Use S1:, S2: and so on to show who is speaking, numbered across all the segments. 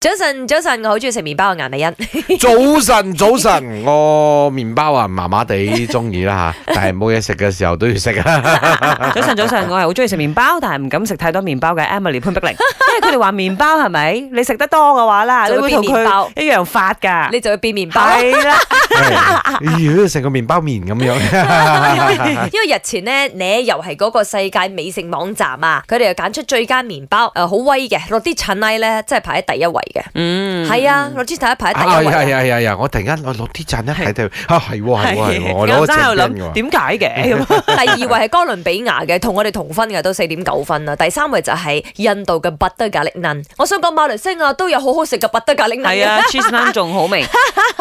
S1: 早晨，早晨，我好中意食麵包嘅顏美欣。
S2: 早晨，早晨，我麵包啊麻麻地中意 啦吓，但係冇嘢食嘅時候都要食啊。
S3: 早晨，早晨，我係好中意食麵包，但係唔敢食太多麵包嘅 Emily 潘碧玲，因為佢哋話麵包係咪？你食得多嘅話啦，
S1: 就
S3: 你
S1: 會
S3: 會
S1: 變
S3: 同
S1: 麵包
S3: 佢一樣發㗎。
S1: 你就會變麵包，
S3: 係啦，
S2: 如果成個麵包面咁樣，
S1: 因為日前呢，你又係嗰個世界美食網站啊，佢哋又揀出最佳麵包，誒、好威嘅，落啲襯奶咧，真係排喺第一位嘅。
S3: 嗯
S1: 係啊，落啲襯奶排喺
S2: 啊
S1: 第一位
S2: 呀
S1: 啊。
S2: 呀呀呀！我突然間我攞啲陣一睇 睇，啊係喎係喎係喎，我攞咗
S3: 我真
S2: 隻
S3: 係
S2: 根
S3: 喺度諗
S2: 嘅喎。
S3: 點 解嘅 咁
S1: 第二位係哥倫比亞嘅，同我哋同分嘅都四點九分啦。第三位就係印度嘅拔德咖喱嫩。我想講馬來西亞都有好好食嘅拔德咖喱嫩
S3: 係
S1: 嘅。
S3: 啊，cheese naan 仲好味，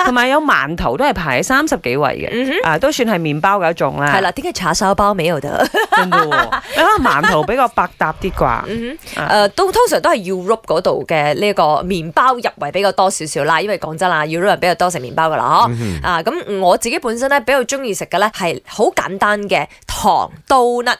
S3: 同埋有饅頭都係排喺三十幾位
S1: 嗯
S3: 嘅，啊都算係麵包嘅一種啦。
S1: 係啦，，點解叉燒包沒有得？
S3: 真嘅喎，你可能饅頭比較百搭啲啩。
S1: 嗯哼，誒、都通常都係 Europe 嗰度嘅呢個麵包入圍比較多少少啦，因為講真啦，Europe 人比較多食麵包噶啦，
S2: 嗯
S1: 嗬、 啊，咁我自己本身咧比較中意食嘅咧係好簡單嘅糖刀甩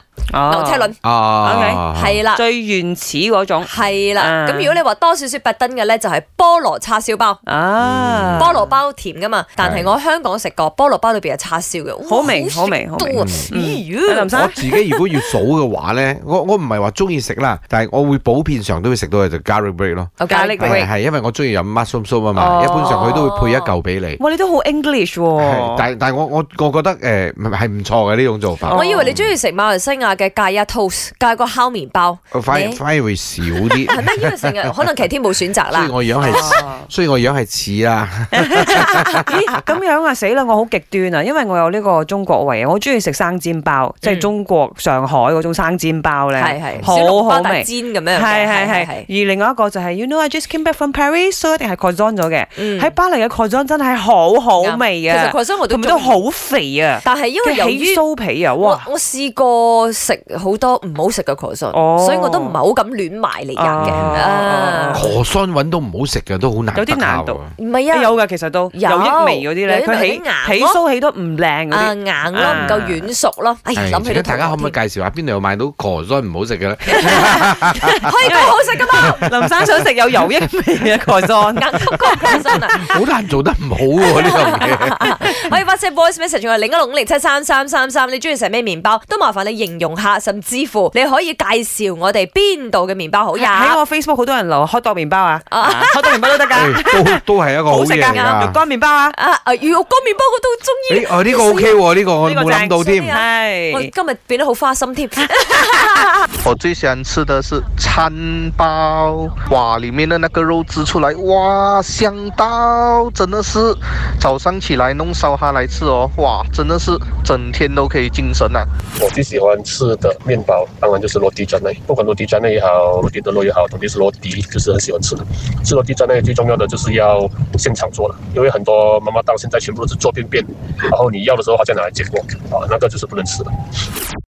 S1: 牛車輪，
S2: 啊，
S1: 係啦、
S3: 最原始嗰種
S1: 係啦。
S3: 啊
S1: 咁、如果你話多少少特登嘅咧，就係、菠蘿叉燒包。
S3: 啊，
S1: 菠蘿包甜噶嘛，但係
S2: 係
S1: 我香港食過菠蘿包裏邊有叉燒嘅，哇
S3: 好味好味
S1: 食
S3: 好
S1: 到
S3: 味
S1: 啊
S2: 嗯
S1: 咦
S3: 林生
S2: 我自己如果要數嘅話咧，我我唔係話中意食啦，但係我會普遍上都會食到嘅就 garlic bread 咯。
S1: OK
S3: 咖喱
S2: 係
S3: bread
S2: 係係因為我中意飲 mushroom soup 啊嘛，
S3: 哦
S2: 一般上佢都會配一嚿俾你。
S3: 哇你都好 English
S2: 係
S3: 喎。
S2: 但但我我我覺得誒係唔錯嘅呢種做法。
S3: 哦
S1: 我以為你中意食馬來西亞嘅芥一 toast，芥個烤麵包，
S2: 哦反而
S1: 你
S2: 反而會少啲。
S1: 係咩？因為成日可能騎天冇選擇
S2: 雖
S1: 啦
S2: 然。我樣係，
S3: 啊
S2: 雖然我樣係似啊啦，
S3: 咦，咁樣啊，死啦！我好極端啊，因為我有呢個中國胃啊，我中意食生煎包，即係中國上海嗰種生煎包咧，
S1: 係係，
S3: 好
S1: 小籠包
S3: 好
S1: 大
S3: 味。
S1: 煎咁樣嘅，
S3: 係係係，
S1: 係
S3: 而另外一個就係、you know I just came back from Paris，所以一定係 croissant 咗嘅。
S1: 嗯
S3: 喺巴黎嘅 croissant 真係好好味
S1: 其實
S3: 啊，
S1: 擴張我都
S3: 同埋
S1: 中意，
S3: 都好肥啊，
S1: 但係因為
S3: 佢
S1: 由
S3: 起
S1: 於
S3: 酥皮啊，
S1: 我
S3: 哇！
S1: 我試過食好多唔好食嘅擴張，
S3: 哦
S1: 所以我都唔係好敢亂買嚟飲嘅。
S3: 哦
S1: 啊
S2: 河酸揾到唔好食嘅都好難，
S3: 有啲難度。
S1: 唔係啊，
S3: 哎有㗎，其實都
S1: 有
S3: 有益味嗰啲咧，
S1: 有
S3: 佢
S1: 益味
S3: 起
S1: 有啲硬
S3: 起
S1: 咯
S3: 酥起得唔靚嗰
S1: 啊
S3: 啲。
S1: 硬咯，唔
S3: 啊
S1: 夠軟熟咯。哎呀，
S2: 係
S1: 諗起都
S2: 大家可
S1: 肚餓
S2: 唔可 以介
S1: 添
S2: 紹下邊度有買到河酸唔好食嘅咧？
S1: 可以哎咁好食㗎 嘛？
S3: 林生想食有油益味嘅 croissant。
S1: 硬曲曲本身啊！
S2: 好難做得唔好喎呢樣嘢。
S1: 可以發 s voice message 我哋零一六五零七三三三三，你中意食咩麵包都麻煩你形容下，甚至乎你可以介紹我哋邊度嘅麵包好呀
S3: 喺？我 Facebook 好多人留開多麵包啊，
S1: 啊
S3: 開多麵包都得㗎，
S2: 誒哎都都係一個好
S3: 好食
S2: 嘢
S3: 㗎，肉
S2: 嚟㗎。
S3: 乾麵包啊，
S1: 啊啊！魚肉乾麵包我都中意。
S2: 誒哦呢
S1: 啊
S2: 個 OK 喎，呢個我
S3: 呢個
S2: 冇諗到
S1: 正
S2: 添。
S1: 我
S3: 係。
S1: 今日變得好花心添。
S4: 我最喜欢吃的是餐包，哇，里面的那个肉汁出来，哇，香到，真的是早上起来弄烧它来吃哦，哇，真的是整天都可以精神啊。
S5: 我最喜欢吃的面包，当然就是罗蒂转内，不管罗蒂转内也好，罗蒂的肉也好，总之是罗蒂，就是很喜欢吃的。吃罗蒂转内最重要的就是要现场做了，因为很多妈妈档现在全部都是做便便，然后你要的时候他再拿来结果啊，那个就是不能吃的。